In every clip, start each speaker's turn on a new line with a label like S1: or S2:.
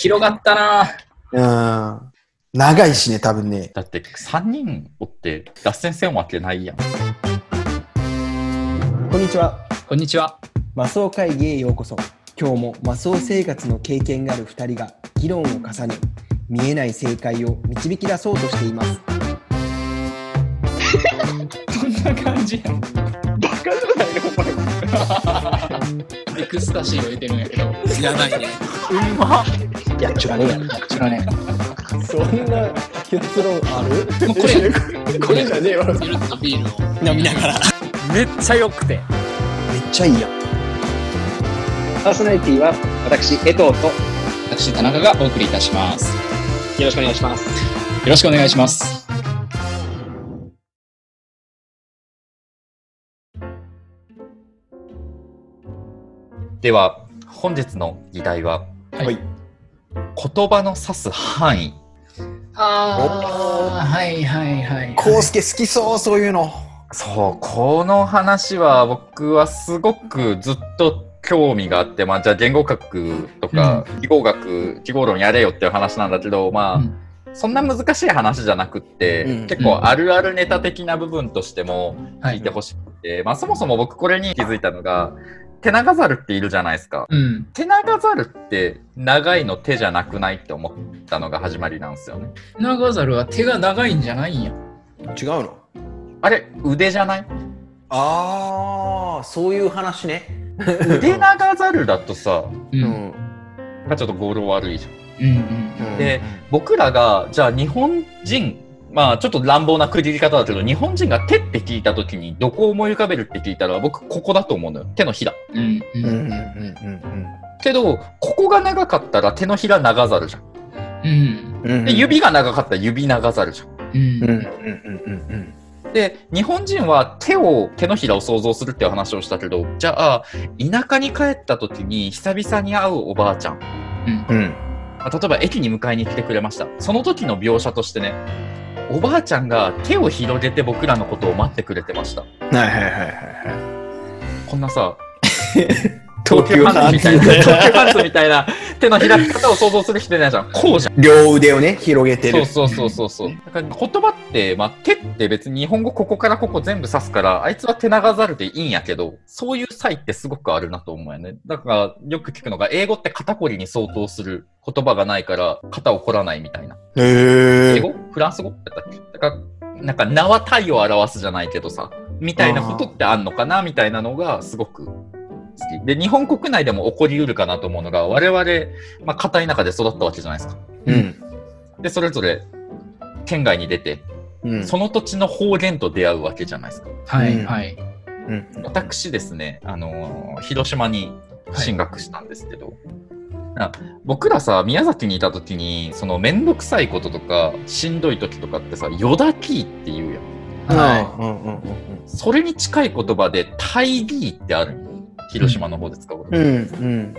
S1: 広がったなぁ
S2: うん。長いしね、多分ね。
S3: だって3人おって脱線せんわけないやん。
S4: こんにちは。
S1: こんにちは。
S4: マスオ会議へようこそ。今日もマスオ生活の経験がある2人が議論を重ね、見えない正解を導き出そうとしています。
S1: こんな感じやん。バカじゃないのこれ。エクスタシーを得てるんやけど。やばいね。
S4: やっちゅらねえや。
S1: こちらね。
S4: そんな結論ある
S1: もうこれ、これ
S4: じゃねえわ。
S1: ゆるっとビールを。
S4: 飲みながら。
S5: めっちゃ良くて
S4: めっちゃいいやん。
S6: パーソナリティは私、江藤とよ
S1: 私、田中がお送りいたします。よ
S6: ろしくお願いします。
S1: ろしくお願いします。
S3: では、本日の議題は、
S1: はい
S3: 言葉の指す範囲。
S1: ああ、はいはいはい。
S2: コウスケ好きそう、そういうの。
S3: そう、この話は僕はすごくずっと興味があって、まあじゃあ言語学とか記号学、記号論やれよっていう話なんだけど、まあ、
S1: うん
S3: そんな難しい話じゃなくって、
S4: うん
S3: 結構あるあるネタ的な部分としても
S1: は
S3: 聞いてほしくて、まあそもそも僕これに気づいたのが、手長猿っているじゃないですか。
S1: うん。
S3: 手長猿って長いの手じゃなくないって思ったのが始まりなんですよね。
S1: 長猿は手が長いんじゃないんや。
S2: 違うの
S3: あれ腕じゃない
S2: ああ、そういう話ね。
S3: 腕長猿だとさ、
S1: う。
S2: うん。うんん。
S3: なんかちょっと語呂悪いじゃん。
S1: うんうん。
S3: で僕らがじゃあ日本人まあちょっと乱暴な区切り方だけど日本人が手って聞いた時にどこを思い浮かべるって聞いたら僕ここだと思うのよ手のひら
S1: うんう
S2: うんうん
S1: ん。
S2: うんうん
S3: けどここが長かったら手のひら長ざるじゃん
S1: うん。
S2: うんうん。
S3: で指が長かったら指長ざるじゃん
S1: うん。
S2: うんうんうんうんうん。
S3: で日本人は手を手のひらを想像するっていう話をしたけどじゃあ田舎に帰った時に久々に会うおばあちゃん
S2: うん。
S3: まあ例えば駅に迎えに来てくれましたその時の描写としてねおばあちゃんが手を広げて僕らのことを待ってくれてました
S2: はいはいはいはいはい。
S3: こんなさ東急ハンズみたいな東急ハンズみたいな手の開き方を想像する人いないじゃんこうじゃん
S2: 両腕をね、広げて
S3: そう
S2: る。
S3: そうそうそうそうだから言葉って、まあ、手って別に日本語ここからここ全部指すからあいつは手長ざるでいいんやけどそういう差異ってすごくあるなと思うよねだからよく聞くのが英語って肩こりに相当する言葉がないから肩をこらないみたいな
S2: へ
S3: 英
S2: え。
S3: 語フランス語だったっけだからなんか名は体を表すじゃないけどさみたいなことってあんのかなみたいなのがすごく好きで日本国内でも起こりうるかなと思うのが我々、まあ、固い中で育ったわけじゃないですか
S2: うん。
S3: でそれぞれ県外に出て
S2: うん。
S3: その土地の方言と出会うわけじゃないですか
S1: はいはい。
S2: うん
S3: 私ですね、あのー広島に進学したんですけど、あ僕らさ宮崎にいた時にその面倒くさいこととかしんどい時とかってさ「よだき」っていうやん
S1: は
S2: うんうんうん
S3: それに近い言葉で「タイギー」ってあるんよ広島の方で使う、
S2: うん。うんうん。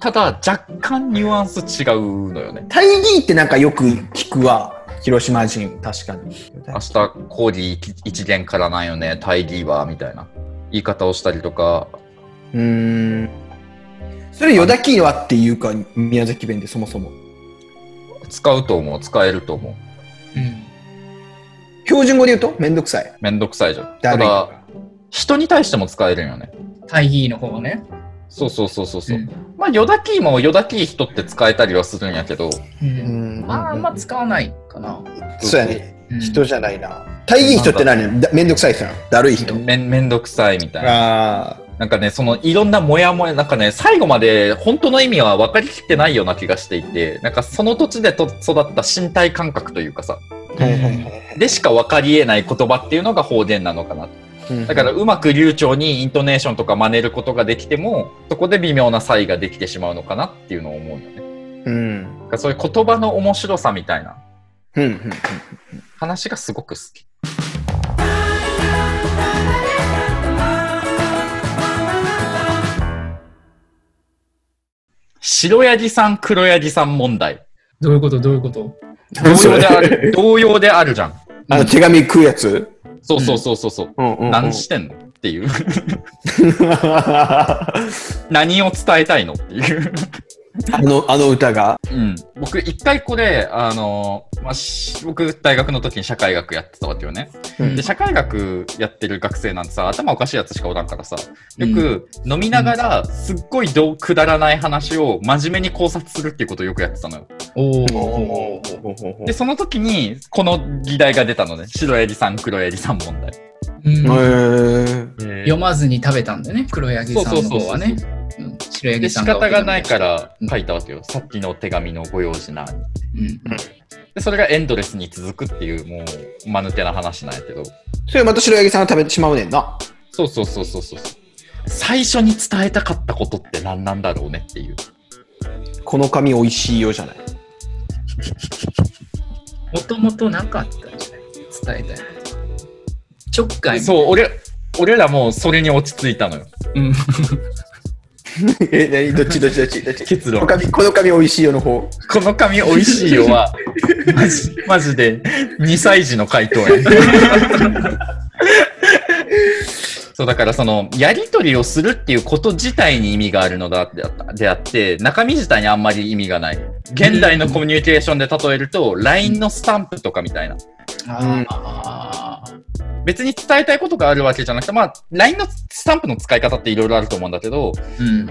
S3: ただ若干ニュアンス違うのよね
S2: タイギーってなんかよく聞くわ。広島人、確かに。
S3: 明日コーディ一元からなんよねタイギーはみたいな言い方をしたりとか
S2: うーん。それ、ヨダキーはっていうか、宮崎弁でそもそも。
S3: 使うと思う使えると思う
S1: い。うん。
S2: 標準語で言うと、めんどくさい。
S3: めんどくさいじゃん
S2: だ
S3: た
S2: るい
S3: だ人に対しても使えるんよね
S1: 大義の方ね。
S3: そうそうそうそうそう、
S1: うん
S3: まあヨダキーもヨダキー人って使えたりはするんやけど
S1: う。
S2: うんん
S1: まあ、あんま使わないかな。
S2: そうやね。
S1: うん
S2: 人じゃないな。大義人って何だめんどくさい人なのだるい人。
S3: めんめんどくさいみたいな
S2: ああ。
S3: なんかねそのいろんなモヤモヤなんかね最後まで本当の意味は分かりきってないような気がしていてなんかその土地でと育った身体感覚というかさ
S2: はいはいはい。
S3: でしか分かりえない言葉っていうのが方言なのかなだから、うまく流暢にイントネーションとか真似ることができてもそこで微妙な差異ができてしまうのかなっていうのを思うんだよね
S2: うん。
S3: だからそういう言葉の面白さみたいな
S2: うんうん。
S3: 話がすごく好き白ヤギさん黒ヤギさん問題
S1: どういうことどういうこと
S3: 同様であ る同様であるじゃん
S2: あの、手紙食うやつ
S3: そうそうそうそうそう、
S2: うんう
S3: 何してんのっていう
S2: は
S3: 何を伝えたいのっていう
S2: あの、あの歌が。
S3: うん、僕、一回これ、あの、まあ、し僕、大学の時に社会学やってたわけよね。
S2: うん
S3: で、社会学やってる学生なんてさ、頭おかしいやつしかおらんからさ、よく飲みながら、すっごいどうくだらない話を真面目に考察するっていうことをよくやってたのよ。
S2: お
S1: おー
S2: ー
S3: で、その時に、この議題が出たのね。白エリさん、黒エリさん問題。
S1: うん
S2: へ
S1: 読まずに食べたんだよね、黒柳
S3: そう
S1: さん
S3: そ
S1: の
S3: うそ
S1: 方
S3: うそう
S1: はね。うん白
S3: で
S1: 柳
S3: 仕
S1: さんがお手
S3: 方
S1: 紙を
S3: がないから
S1: うん
S3: 書いたわけよ、さっきの手紙のご用事な
S1: うん
S3: でそれがエンドレスに続くっていうもう間抜けな話なんやけど
S2: それまた白柳さんが食べてしまうねんな。
S3: そうそうそうそうそう最初に伝えたかったことって何なんだろうねっていう
S2: この髪美味しいよじゃない。
S1: もともとなかったんじゃない伝えたいことちょっかいも
S3: そう俺俺らもうそれに落ち着いたのよ
S1: うん
S2: え、なにどっちどっちどっちどっち
S3: 結
S2: この
S3: 論こ
S2: 髪、この髪美味しいよの方。
S3: の紙美味しいよはマジマジで2歳児の回答やそうだからそのやり取りをするっていうこと自体に意味があるのだであったであって中身自体にあんまり意味がない現代のコミュニケーションで例えると LINE のスタンプとかみたいな
S1: あー
S3: 別に伝えたいことがあるわけじゃなくてまあ LINE のスタンプの使い方っていろいろあると思うんだけど
S1: うん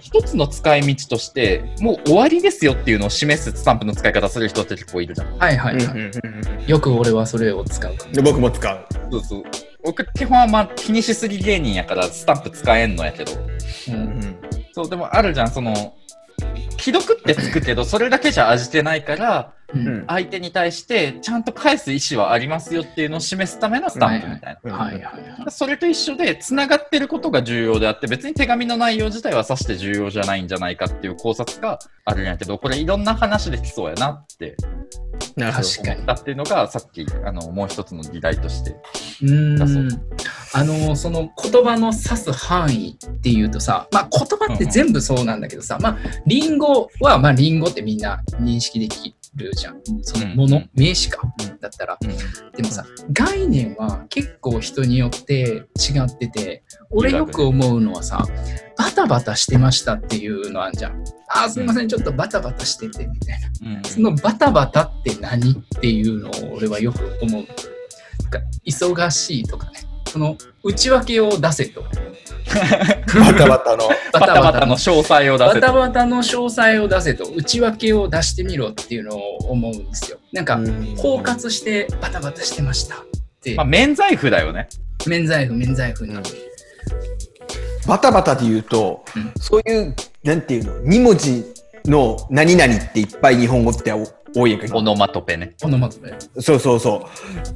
S3: 一つの使い道としてもう終わりですよっていうのを示すスタンプの使い方する人って結構いるじゃん
S1: はいはいはい、よく俺はそれを使うかも
S2: で僕も使う。
S3: そうそう僕基本はまあ気にしすぎ芸人やからスタンプ使えんのやけど
S1: うん
S3: そうでもあるじゃんその既読ってつくけどそれだけじゃ味てないから
S1: うん
S3: 相手に対してちゃんと返す意思はありますよっていうのを示すためのスタンプみたいな、
S1: はいはいはい
S3: それと一緒で、つながってることが重要であって、別に手紙の内容自体はさして重要じゃないんじゃないかっていう考察があるんやけど、これいろんな話できそうやなって
S2: なるほど。
S1: 確か
S3: 思
S1: に
S3: ったっていうのが、さっき、あの、もう一つの議題として。
S1: うーんあのその言葉の指す範囲っていうとさ、まあ、言葉って全部そうなんだけどさ、まあ、リンゴは、まあ、リンゴってみんな認識できるじゃんそのもの、
S3: うん
S1: 名詞か、
S3: うん
S1: だったらでもさ概念は結構人によって違ってて俺よく思うのはさバタバタしてましたっていうのあんじゃんあーすみませんちょっとバタバタしててみたいな
S3: うん。
S1: そのバタバタって何っていうのを俺はよく思う。なんか忙しいとかね。その内訳を出せと。
S2: バタバタの。
S3: バタバタの詳細を出
S1: バ
S3: せ
S1: タ
S3: た。
S1: バタの詳細を出せと。内訳を出してみろっていうのを思うんですよ。なんか、包括してバタバタしてましたって。
S3: まあ、免罪符だよね。
S1: 免罪符、免罪符に。
S2: バタバタで言うと、
S1: うん
S2: そういう、なんていうの、2文字の何々っていっぱい日本語ってお多いやん
S3: オ
S2: か。
S3: ノマトペね。
S1: オノマトペ。
S2: そうそうそ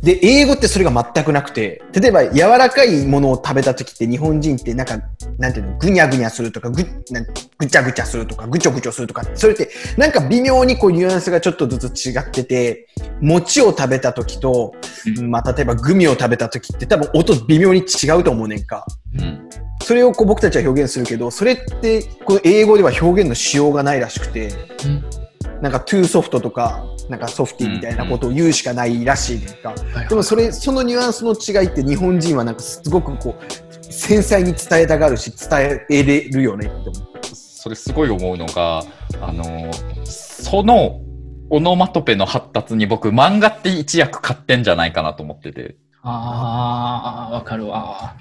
S2: う。で、英語ってそれが全くなくて、例えば柔らかいものを食べた時って日本人ってなんか、なんていうの、ぐにゃぐにゃするとか、ぐ、なんぐちゃぐちゃするとか、ぐちょぐちょするとか、それってなんか微妙にこうニュアンスがちょっとずつ違ってて、餅を食べた時と、まあ例えばグミを食べた時って多分音微妙に違うと思うねんか。
S3: うん。
S2: それをこう僕たちは表現するけど、それってこの英語では表現のしようがないらしくて、
S1: うん
S2: なんかトゥーソフトとか、なんかソフティみたいなことを言うしかないらしいねんか。
S1: はいはい
S2: でもそれ、そのニュアンスの違いって日本人はなんかすごくこう、繊細に伝えたがるし、伝えれるよねって思う。
S3: それすごい思うのが、あの、その、オノマトペの発達に僕、漫画って一役買ってんじゃないかなと思ってて。
S1: あーあー、わかるわ。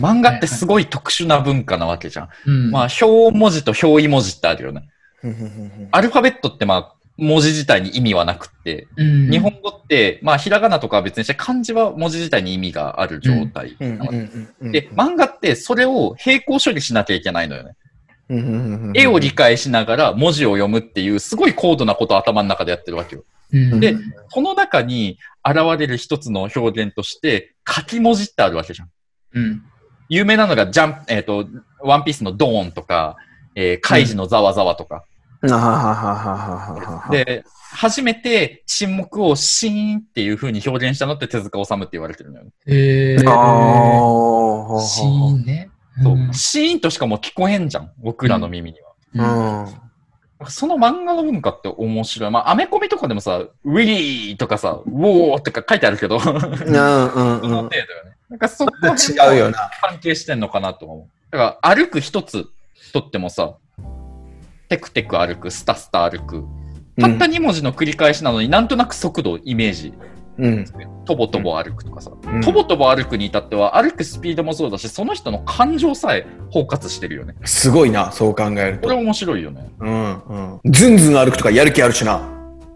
S3: 漫画ってすごい特殊な文化なわけじゃん。
S1: うん。
S3: まあ、表文字と表意文字ってあるよね。アルファベットってまあ、文字自体に意味はなくって、
S1: うん
S3: 日本語って、まあ、ひらがなとかは別にして、漢字は文字自体に意味がある状態なわけ。で、漫画ってそれを並行処理しなきゃいけないのよね。絵を理解しながら文字を読むっていう、すごい高度なことを頭の中でやってるわけよ。
S1: うん
S3: で、この中に現れる一つの表現として、書き文字ってあるわけじゃん。
S1: うん。
S3: 有名なのが、ジャンプ、えっ、と、ワンピースのドーンとか、えー、カイジのざわざわとか。
S2: あはははははは。
S3: で、初めて沈黙をシーンっていう風に表現したのって手塚治虫って言われてるのよね。
S1: え
S2: あー、
S1: ー、シー
S2: は
S1: ンね。
S3: そう
S1: うん
S3: シーンとしかもう聞こえんじゃん。僕らの耳には。
S1: うん
S2: はは。
S3: その漫画の文化って面白い。まあ、アメコミとかでもさ、ウィリーとかさ、ウォーとか書いてあるけど、その程
S2: うんうん
S3: 度
S2: うんう
S3: よ
S2: ん
S3: ね。 なんかそこら辺
S2: 違うよな。
S3: 関係してんのかなと思う。だから歩く一つとってもさ、テクテク歩く、スタスタ歩く。たった2文字の繰り返しなのになんとなく速度をイメージ
S2: うん。
S3: とぼとぼ歩くとかさ、
S2: ん
S3: とぼとぼ歩くに至っては歩くスピードもそうだしその人の感情さえ包括してるよね
S2: すごいな、そう考える。
S3: ことれ面白いよね
S2: うん。うん。ずんずん歩くとかやる気あるしな。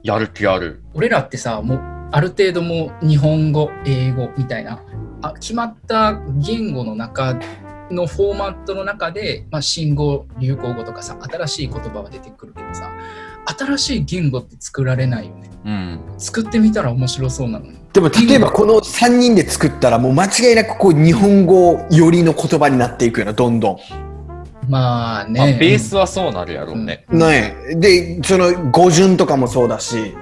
S3: やる気ある
S1: 俺らってさもうある程度もう日本語英語みたいなあ決まった言語の中のフォーマットの中で、まあ、新語流行語とかさ新しい言葉が出てくるけどさ新しい言語って作られないよね
S3: うん
S1: 作ってみたら面白そうなのに
S2: でも例えばこの3人で作ったらもう間違いなくこう日本語よりの言葉になっていくよな、どんどん。
S1: まあね、
S3: まあ、ベースはそうなるやろうね、
S2: ねえ。で、その語順とかもそうだし、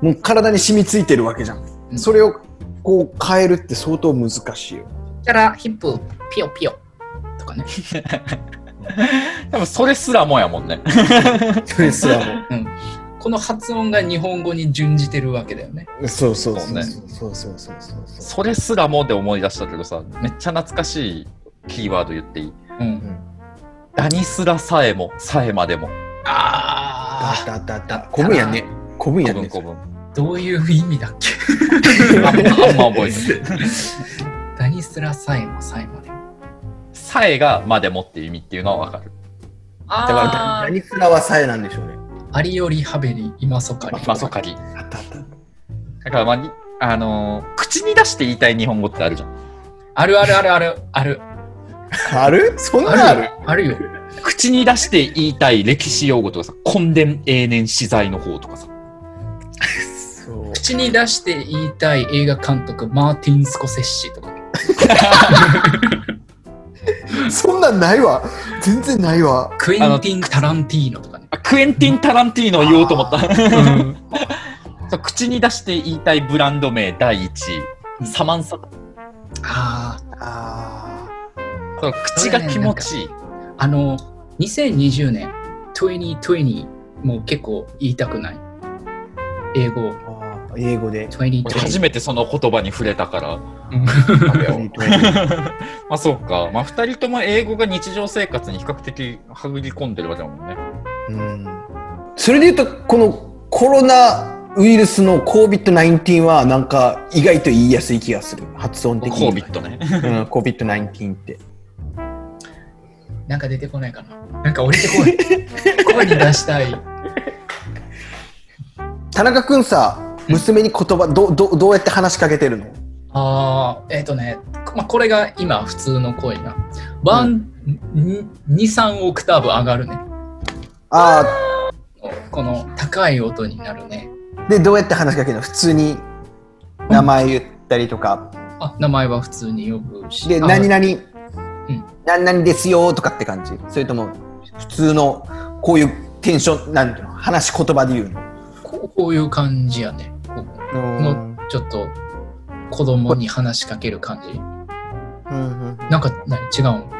S2: もう体に染みついてるわけじゃ。
S1: うんん
S2: それをこう変えるって相当難しいよ。
S1: うんキャラヒップピヨピヨとかね、
S3: 多分それすらもやもんね
S2: それすらも
S1: うん、この発音が日本語に準じてるわけだよね
S2: う。そうそう
S3: そ
S2: そうう
S3: ね
S2: そうそうそうそうそ
S3: それすらもで思い出したけどさめっちゃ懐かしいキーワード言っていい
S1: うん
S3: ダニスラさえもさえまでも
S2: う。
S1: あ
S2: あったあったあった。古文やね。古文や
S3: 古
S2: ね
S3: 文。古文
S1: ーどういう意味だっけ
S3: あんま覚えてない
S1: 何すらさえもさえまで
S3: さえがまでもっていう意味っていうのはわかる
S2: だから、何すらはさえなんでしょうね。
S1: ありよりはべり今そかり
S3: まあそかり
S2: あったあった。
S3: だからまあに、あのー口に出して言いたい日本語ってあるじゃん。
S1: あるあるあるあるある
S2: あるそん
S1: あ
S2: なあ
S1: る
S2: る
S1: よあるよ
S3: 口に出して言いたい歴史用語とかさ、根伝永年資材の方とかさ。
S2: そう。
S1: 口に出して言いたい映画監督マーティン・スコセッシとか
S2: そんなんないわ。全然ないわ。
S1: クエンティン・タランティーノとかね
S3: あクエンティン・タランティーノを言おうと思った。 そう口に出して言いたいブランド名第一位、サマンサ。
S1: あ
S2: あ
S3: そう口が気持ちいい。
S1: ああの2020年2020もう結構言いたくない英語
S2: ーあー。英語で。
S3: 俺初
S1: 2020
S3: めてその言葉に触れたから。あれよまあそうか。まあ二人とも英語が日常生活に比較的はぐり込んでるわけだもんね。
S2: うんそれで言うと、このコロナウイルスの COVID-19 はなんか意外と言いやすい気がする。発音的に。
S3: コービットね。
S2: うん、COVID-19 って。
S1: なんか出てこないかななんか降りてこい 声に出したい
S2: 田中くんさ、娘に言葉、ど、ど、どうやって話しかけてるの
S1: あーえっ、とね、まあ、これが今普通の声な。ワン、二三オクターブ上がるね。
S2: あ
S1: この高い音になるね。
S2: あ、で、どうやって話しかけるの普通に名前言ったりとか。
S1: あ、名前は普通に呼ぶし。
S2: で、
S1: あ
S2: 何々、
S1: ん
S2: 何々ですよとかって感じ。それとも、普通の、こういうテンション、なんていうの話し言葉で言うの
S1: ここういう感じやね。こうのちょっと子供に話しかける感じ。なんか何違うん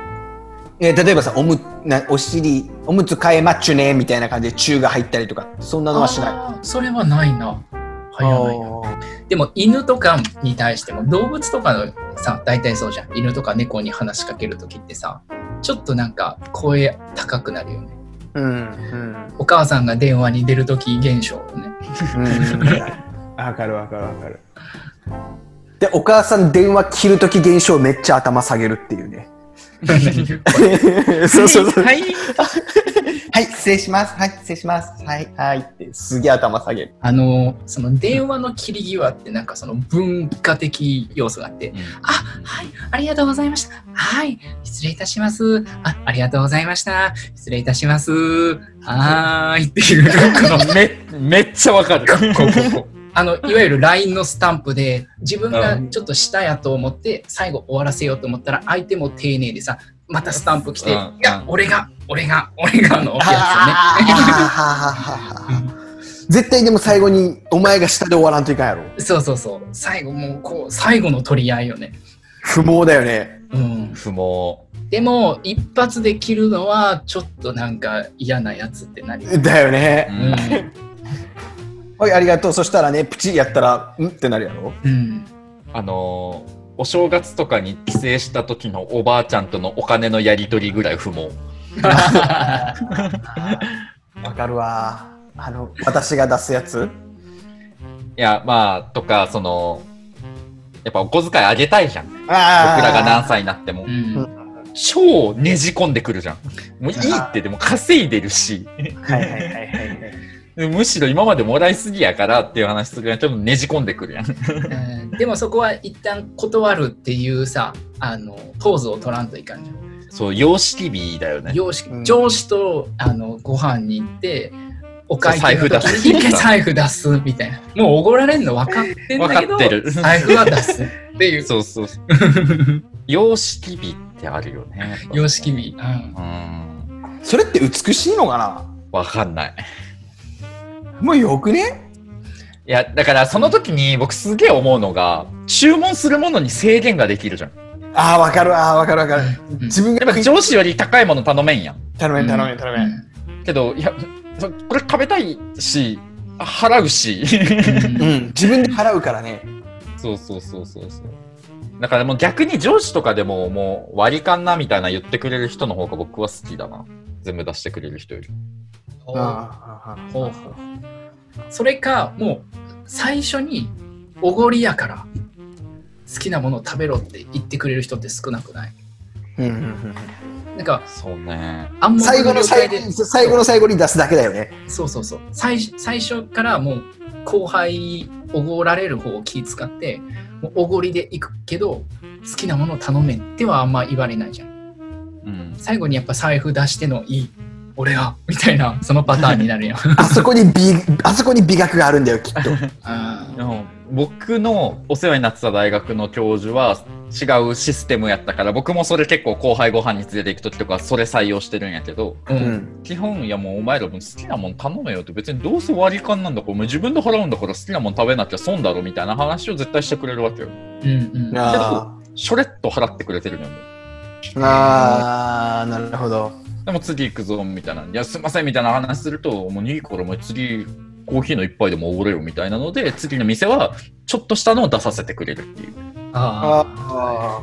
S2: えー例えばさおむなお尻おむつ替えマッチュねみたいな感じで中が入ったりとかそんなのはしない
S1: あーそれはないな。入らないな。でも犬とかに対しても動物とかのさ大体そうじゃん犬とか猫に話しかける時ってさちょっとなんか声高くなるよね
S2: うんうん
S1: お母さんが電話に出る時現象よね
S2: わかるわかるわかるでお母さん電話切るとき現象めっちゃ頭下げるっていうね そうそうそう
S3: はい。
S2: はい失礼しますはい失礼しますはいはいってすげえ頭下げる
S1: あのその電話の切り際ってなんかその文化的要素があってあ、はい、ありがとうございました。はい、失礼いたします。あ、ありがとうございました。失礼いたします。はーいっていう。
S3: めめっちゃわかる。
S1: あのいわゆる LINE のスタンプで自分がちょっと下やと思って最後終わらせようと思ったら相手も丁寧でさまたスタンプ来て「い
S3: うん
S1: や
S3: うん
S1: 俺が俺が俺が」のや
S2: あ
S1: つよね。
S2: あ絶対でも最後にお前が下で終わらんといかんやろ
S1: そうそうそう最後もうこう最後の取り合いよね。
S2: 不毛だよね
S1: うん、
S3: 不毛。
S1: でも一発で切るのはちょっとなんか嫌なやつってなります。
S2: だよね
S3: う
S1: うんん
S2: はい、ありがとう。そしたらね、プチやったら、んってなるやろ
S1: うん、
S3: あのーお正月とかに帰省した時のおばあちゃんとのお金のやり取りぐらい不毛。
S2: わかるわ。あの、私が出すやつ
S3: いや、まあ、とか、その、やっぱお小遣いあげたいじゃん。僕
S2: あ
S3: らが何歳になっても
S1: う。 ん
S3: 超ねじ込んでくるじゃん。もういいって、でも稼いでるし、
S2: はいはいはいはいはい。
S3: むしろ今までもらいすぎやからっていう話するやん。ちょっとねじ込んでくるやん。
S1: うんでもそこは一旦断るっていうさあのポーズを取らんといかんじゃん
S3: そう、様式美だよね。
S1: 様式
S2: うん
S1: 上司とあのご飯に行ってお会計の時
S3: 財布出
S1: に
S3: す
S1: 財布出すみたいなもうおごられんの分かってん
S3: わ
S1: だ
S3: か
S1: けど
S3: ってる。
S1: 財布は出 すっていう
S3: そうそうそう。様式美ってあるよね。
S1: 様式美、うん
S3: うん。
S2: それって美しいのかな
S3: わかんない。
S2: もうよくね
S3: いや、だからその時に僕すげえ思うのが、注文するものに制限ができるじゃん。
S2: ああ、わかるわ、わかるわかる。自分が
S3: やっぱ上司より高いもの頼めんやん。
S2: 頼め頼め頼め。
S3: けど、いや、そこれ食べたいし、払うし。
S1: うん
S2: うん、自分で払うからね。
S3: そうそうそうそうそう。だからもう逆に上司とかでももう割り勘なみたいな言ってくれる人の方が僕は好きだな。全部出してくれる人より。
S1: ほう
S2: ああ
S1: ほうほうそれかもう最初におごりやから好きなものを食べろって言ってくれる人って少なくない
S2: うんうんうん
S1: なんか
S3: そうね。
S1: あん
S2: うん
S1: ま
S2: 最後の最後に最後の最後に出すだけだよね。
S1: そうそうそう最最初からもう後輩おごられる方を気使ってもうおごりで行くけど好きなものを頼めってはあんま言われないじゃん
S3: うん。
S1: 最後にやっぱ財布出してのいい俺がみたいなそ のパターンになるやん
S2: あそこに美、あそこに美学があるんだよ、きっと。
S1: あ
S3: でも僕のお世話になってた大学の教授は違うシステムやったから僕もそれ結構後輩ご飯に連れて行く時とかそれ採用してるんやけど
S1: ーうん
S2: うん。
S3: 基本いやもうお前らも好きなもん頼めよって別にどうせ割り勘なんだからお前自分で払うんだから好きなもん食べなきゃ損だろみたいな話を絶対してくれるわけよ
S1: うんうん
S2: あ
S3: しょれっと払ってくれてるのよもう
S2: ーあー、なるほど。
S3: でも次行くぞみたいな「いやすいません」みたいな話すると「もういいからお前次コーヒーの一杯でもおごれよ」みたいなので次の店はちょっとしたのを出させてくれるっていう
S1: あー
S2: あ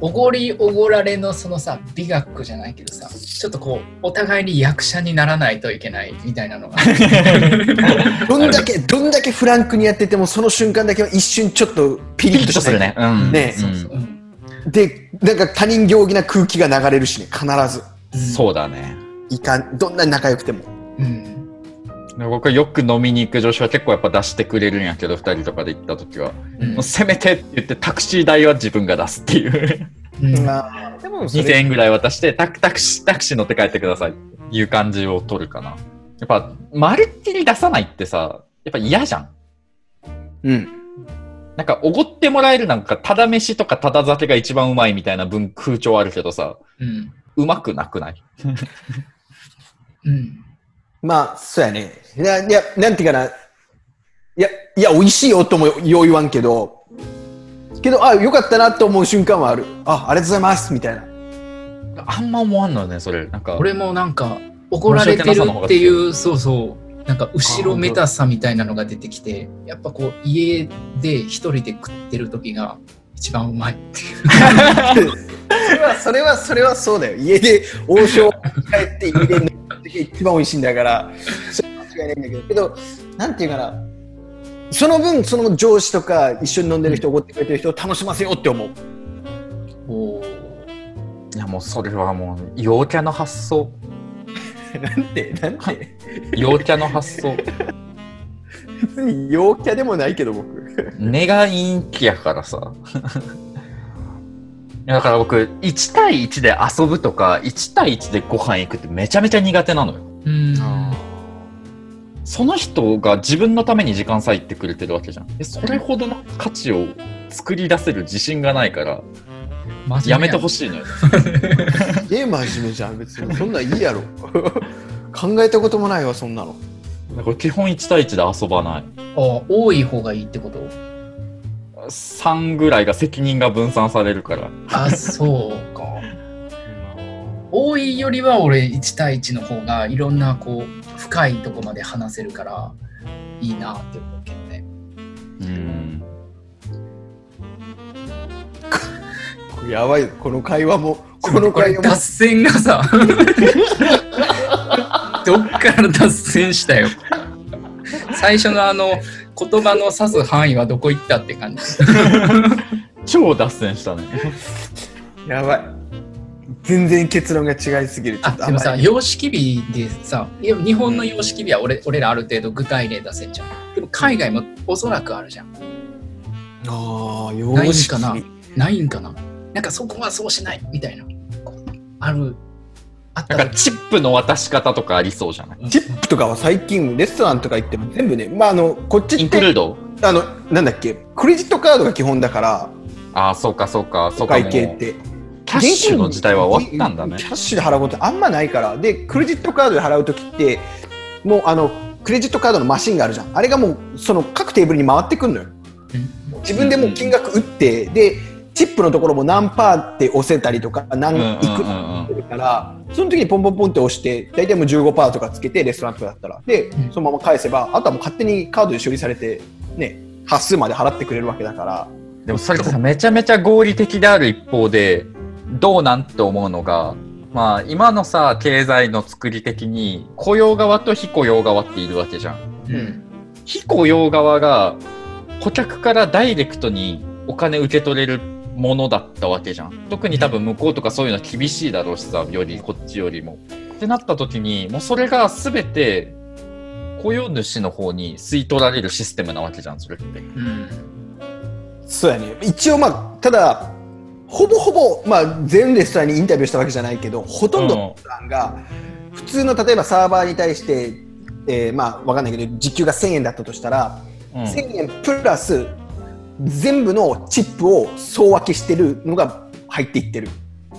S1: おごりおごられのそのさ美学じゃないけどさちょっとこうお互いに役者にならないといけないみたいなのが
S2: ーどんだけ、どんだけフランクにやってても、その瞬間だけは一瞬ちょっとピリ
S3: ピ
S2: ッ
S3: リッ
S2: と
S3: と
S2: し
S3: す
S2: て
S3: るね。。うん、
S2: ね
S3: うん
S1: うん
S2: で、なんか他人行儀な空気が流れるしね、必ず。
S3: そうだね。
S2: いかん、どんなに仲良くても。
S1: うん
S3: 僕はよく飲みに行く女子は結構やっぱ出してくれるんやけど、二人とかで行った時は。
S1: うん
S3: もうせめてって言ってタクシー代は自分が出すっていう。
S1: うん
S2: あーでもそ
S3: 2000
S2: れ
S3: 円ぐらい渡してタク、タクシー、タクシー乗って帰ってくださいっていう感じを取るかな。やっぱ、まるっきり出さないってさ、やっぱ嫌じゃん。
S2: うん。
S3: なんか、おごってもらえるなんか、ただ飯とかただ酒が一番うまいみたいな分空調あるけどさ、
S1: うん
S3: うまくなくない
S1: うん
S2: まあ、そうやね。いや、いやなんていうかな。いや、いや、美味しいよともよう言わんけど、けど、あ、よかったなと思う瞬間はある。あ、ありがとうございます、みたいな。
S3: あんま思わんのよね、それ。なんか、
S1: 俺もなんか怒られてるっていうそうそうなんか後ろめたさみたいなのが出てきてやっぱこう家で一人で食ってる時が一番うまいっていう
S2: それは、それは、それはそうだよ。家で王将帰って家で飲む時が一番美味しいんだから、それは間違いないんだけど、けど、なんていうかな。その分、その上司とか一緒に飲んでる人、おごってくれてる人を楽しませようって思う。
S1: おー
S3: いやもうそれはもう陽キャの発想
S2: なんて、なんて、
S3: 陽キャの発想
S2: 別に陽キャでもないけど、僕。
S3: 根が陰気やからさ いやだから僕1対1で遊ぶとか1対1でご飯行くってめちゃめちゃ苦手なのよ
S1: うん
S3: その人が自分のために時間割いてくれてるわけじゃんでそれほどの価値を作り出せる自信がないからやめてほ
S1: しい
S3: しいのよ
S2: え、真面目じゃん、別に。そんなんいいやろ。考えたこともないわ、そんなの。
S3: だから基本1対1で遊ばない
S1: 多い方がいいってこと
S3: 3ぐらいが責任が分散されるから
S1: あそうか多いよりは俺1対1の方がいろんなこう深いとこまで話せるからいいなって思うけどね
S3: うん
S2: やばい、この会話も、この
S1: これ
S2: 回の
S1: 脱線がさどっから脱線したよ最初のあの言葉の指す範囲はどこ行ったって感じ
S3: 超脱線したね。
S2: やばい。全然結論が違いすぎる。ちょ
S1: あ
S2: っと
S1: でも
S2: あ
S1: さ
S2: んまり
S1: 様式美でさいや日本の様式美は俺,、俺らある程度具体例出せんじゃんでも海外もおそらくあるじゃん
S2: ああ、よ
S1: ない
S2: し
S1: しかなないんかななんかそこはそうしないみたいなこうあるあっ
S3: な
S1: た
S3: ん
S1: ら
S3: かチップの渡し方とかありそうじゃない
S2: チップとかは最近、レストランとか行っても全部ね、まあ、あの、こっち
S3: イ
S2: っ
S3: ンクル
S2: て、
S3: ード
S2: あの、なんだっけ、クレジットカードが基本だから、
S3: ああ、そうかそうか、そうかも
S2: 会
S3: う。
S2: 計って。
S3: キャッシュの時代は終わったんだね
S2: キャ。ッシュで払うことあんまないから、で、クレジットカードで払うときって、もうあの、クレジットカードのマシンがあるじゃん。あれがもう、その各テーブルに回ってくんのよ。自分でもう金額打って、で、チップのところも何パーって押せたりとか、
S3: う
S2: 何
S3: んうんうん
S2: いくら
S3: うん
S2: だから、その時にポンポンポンって押して、大体もう15%とかつけて、レストランとかだったら。で
S1: う、ん
S2: そのまま返せば、あとはもう勝手にカードで処理されて、ね、端数まで払ってくれるわけだから。
S3: でもそれってさ、めちゃめちゃ合理的である一方で、どうなんて思うのが、まあ今のさ、経済の作り的に、雇用側と非雇用側っているわけじゃん。
S1: うん
S3: 非雇用側が、顧客からダイレクトにお金受け取れるものだったわけじゃん。特に多分向こうとかそういうのは厳しいだろうしさ、よりこっちよりも。ってなった時に、もうそれが全て、雇用主の方に吸い取られるシステムなわけじゃん、それって。
S1: うん
S2: そうやね一応まあただほぼほぼ、まあ、全レストランにインタビューしたわけじゃないけどほとんどのレストランが普通の例えばサーバーに対して、えーまあわかんないけど時給が1000円だったとしたら、
S3: うん
S2: 1000円プラス全部のチップを総分けしてるのが入っていってる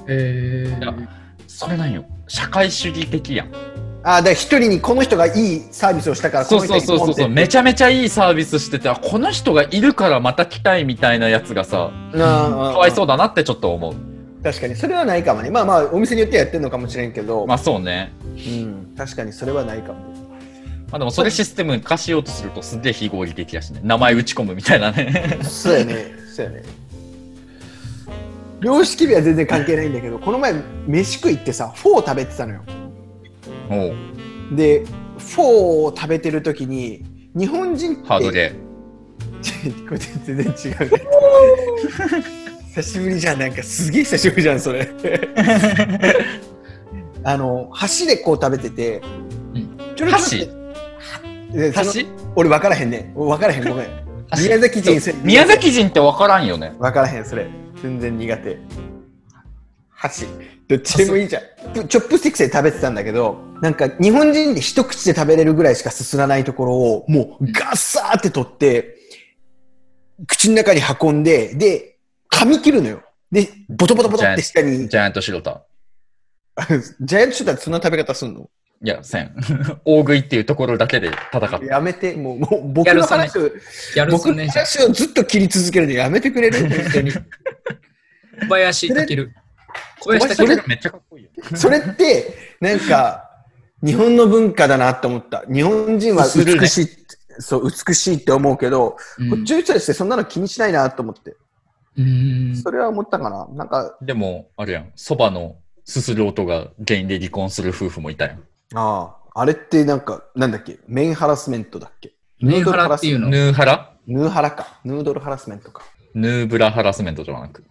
S1: え
S3: いや
S1: ー、
S3: それなんよ。社会主義的やん。
S2: ああだから一人にこの人がいいサービスをしたから
S3: そうそうそうそうそう。め
S2: ち
S3: ちゃめちゃいいサービスしてて、あこの人がいるからまた来たいみたいなやつがさ、
S2: ゃか
S3: かわいそううだなってちょっと思う。
S2: 確かにそれはないかもねまあまあお店によってはやってるのかもしれんけど、
S3: まあそうね。
S2: うん、確かにそれはない かも
S3: まあでもそれシステム化しようとするとすげえ非合理的やしね。名前打ち込むみたいな ね。
S2: そうやね。そうやね。良識日は全然関係ないんだけど、この前飯食いってさ、フォー食べてたのよ。
S3: もう、
S2: で、フォーを食べてる時に、日本人って
S3: ハードで。
S2: これ全然違うね。久しぶりじゃん、なんかすげえ久しぶりじゃん、それ。 あの、箸でこう食べてて、
S1: うん
S2: ちょろちょろってでその
S3: 橋
S2: 俺分からへんね。分からへん、ごめん。宮崎人、それ
S3: 宮崎人って分からんよね。
S2: 分からへんそれ全然苦手箸どっちでもいいじゃんプチョップスティックスで食べてたんだけどなんか日本人で一口で食べれるぐらいしかすすらないところをもうガッサーって取って口の中に運んでで噛み切るのよでボトボトボトって下に
S3: ジャイアントシロタ。
S2: ジャイアントシューターってそんな食べ方すんの
S3: いや、せん。 大食いっていうところだけで戦った。
S2: やめてもうもう僕の話を
S1: やる
S2: 僕
S1: ぞ
S2: の
S1: ねじゃあ
S2: 話をずっと切り続けるのやめてくれる本当に
S1: 小林武小林
S2: そ
S1: 武
S2: れ
S3: めっちゃかっこいいよ。
S2: それって、なんか、日本の文化だなって思った。日本人は
S3: するね
S2: 美しいって、そう、美しいって思うけど、こっちの人たちってそんなの気にしないなと思って。
S1: うん
S2: それは思ったかな。なんか、
S3: でも、あれやん。そばのすする音が原因で離婚する夫婦もいたやん。
S2: ああ、あれってなんか、なんだっけ、メインハラスメントだっけ。
S1: メンハラっていうの
S3: ヌーハラ
S2: ヌーハラか。ヌードルハラスメントか。
S3: ヌーブラハラスメントじゃなく。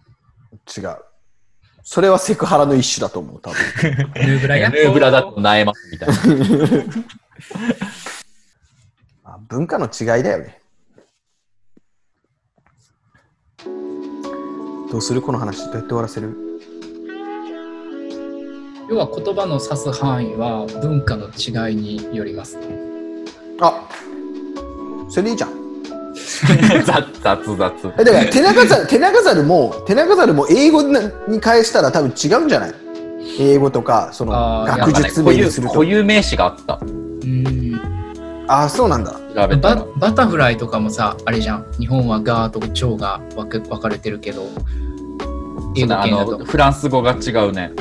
S2: 違う。それはセクハラの一種だと思う、多分。
S1: ヌーブラ
S3: い
S1: や
S3: やヌーブラだと萎えますみたいな。
S2: まあ、文化の違いだよね。どうするこの話。どうやって終わらせる
S1: 要は言葉の指す範囲は文化の違いによります
S2: あそれでいいじゃん。
S3: 雑雑雑。
S2: えだから手長猿手長猿も手長猿も英語なに返したら多分違うんじゃない英語とかその
S1: あー
S2: 学術名にする
S3: 固
S2: と
S3: 有名詞があった。
S1: うん
S2: ああそうなんだ
S3: 調べ
S1: バ
S3: たら。
S1: バタフライとかもさあれじゃん日本はガーと蝶が分け分かれてるけど英
S3: そ
S1: 語
S3: うだあ
S1: 圏だと
S3: の、フランス語が違うね。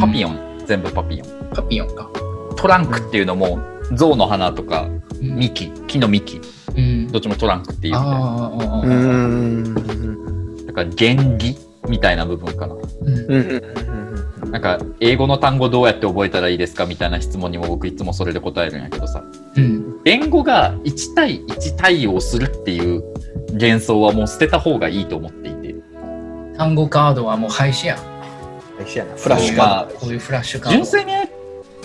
S3: パピ
S1: オン、
S3: ヨン。全部パピヨン。
S1: パピヨンか
S3: トランクっていうのも、象の花とか、
S1: うん
S3: 幹、木の幹。
S1: うん
S3: どっちもトランクっていうみたいな。
S1: あーあーあ
S2: うー
S1: ー
S2: ん
S3: だから、原理みたいな部分かな。
S1: うん
S2: うん
S3: なんか英語の単語どうやって覚えたらいいですかみたいな質問にも僕いつもそれで答えるんやけどさ
S1: うん。
S3: 弁護が1対1対応するっていう幻想はもう捨てた方がいいと思っていて
S1: 単語カードはもう廃止や。
S2: 一緒やなフラッシュ
S3: ま
S2: カ
S3: あ
S2: ード
S1: こういうフラッシュカード。
S3: 純粋に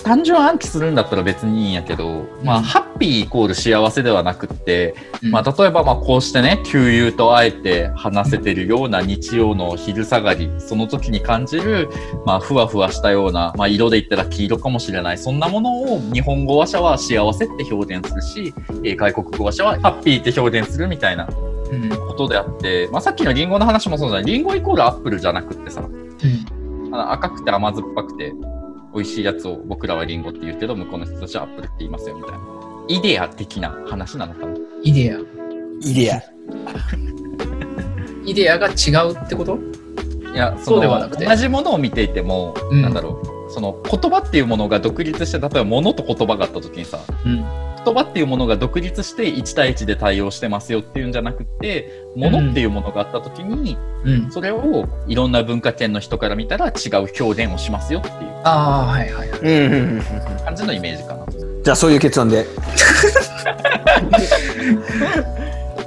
S3: 単純暗記するんだったら別にいいんやけど、まあ、ハッピーイコール幸せではなくって、
S1: うん
S3: まあ、例えばまあこうしてね旧友と会えて話せてるような日曜の昼下がりその時に感じる、まあ、ふわふわしたような、まあ、色で言ったら黄色かもしれないそんなものを日本語話者は幸せって表現するしえー外国語話者はハッピーって表現するみたいな
S1: うん。うん。
S3: ことであって、まあ、さっきのリンゴの話もそうじゃないリンゴイコールアップルじゃなくってさあの赤くて甘酸っぱくて美味しいやつを僕らはリンゴって言うけど向こうの人たちはアップルって言いますよみたいなイデア的な話なのかな
S1: イデア。
S2: イデア
S1: イデアが違うってこと
S3: いやそ
S1: そう
S3: の
S1: ではなくて
S3: 同じものを見ていても、
S1: うん
S3: なんだろうその言葉っていうものが独立して例えば物と言葉があった時にさ
S1: うん。
S3: 言葉っていうものが独立して1対1で対応してますよっていうんじゃなくって物っていうものがあった時に、
S1: うん。
S3: それをいろんな文化圏の人から見たら違う表現をしますよっていう
S1: ああ、はいはいはい。
S2: うんうんうん
S3: 感じのイメージかなと。
S2: うんじゃあそういう結論で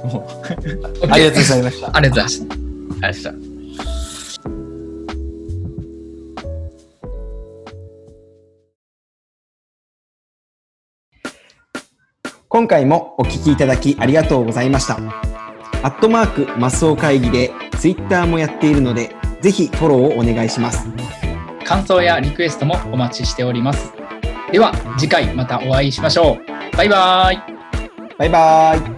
S3: もう
S2: ありがとうございました
S1: ありがとうございました。
S3: あれした
S4: 今回もお聞きいただきありがとうございました。アットマークマスオ会議で Twitter もやっているので、ぜひフォローをお願いします。
S1: 感想やリクエストもお待ちしております。では、次回またお会いしましょう。バイバイ。
S4: バイバーイ。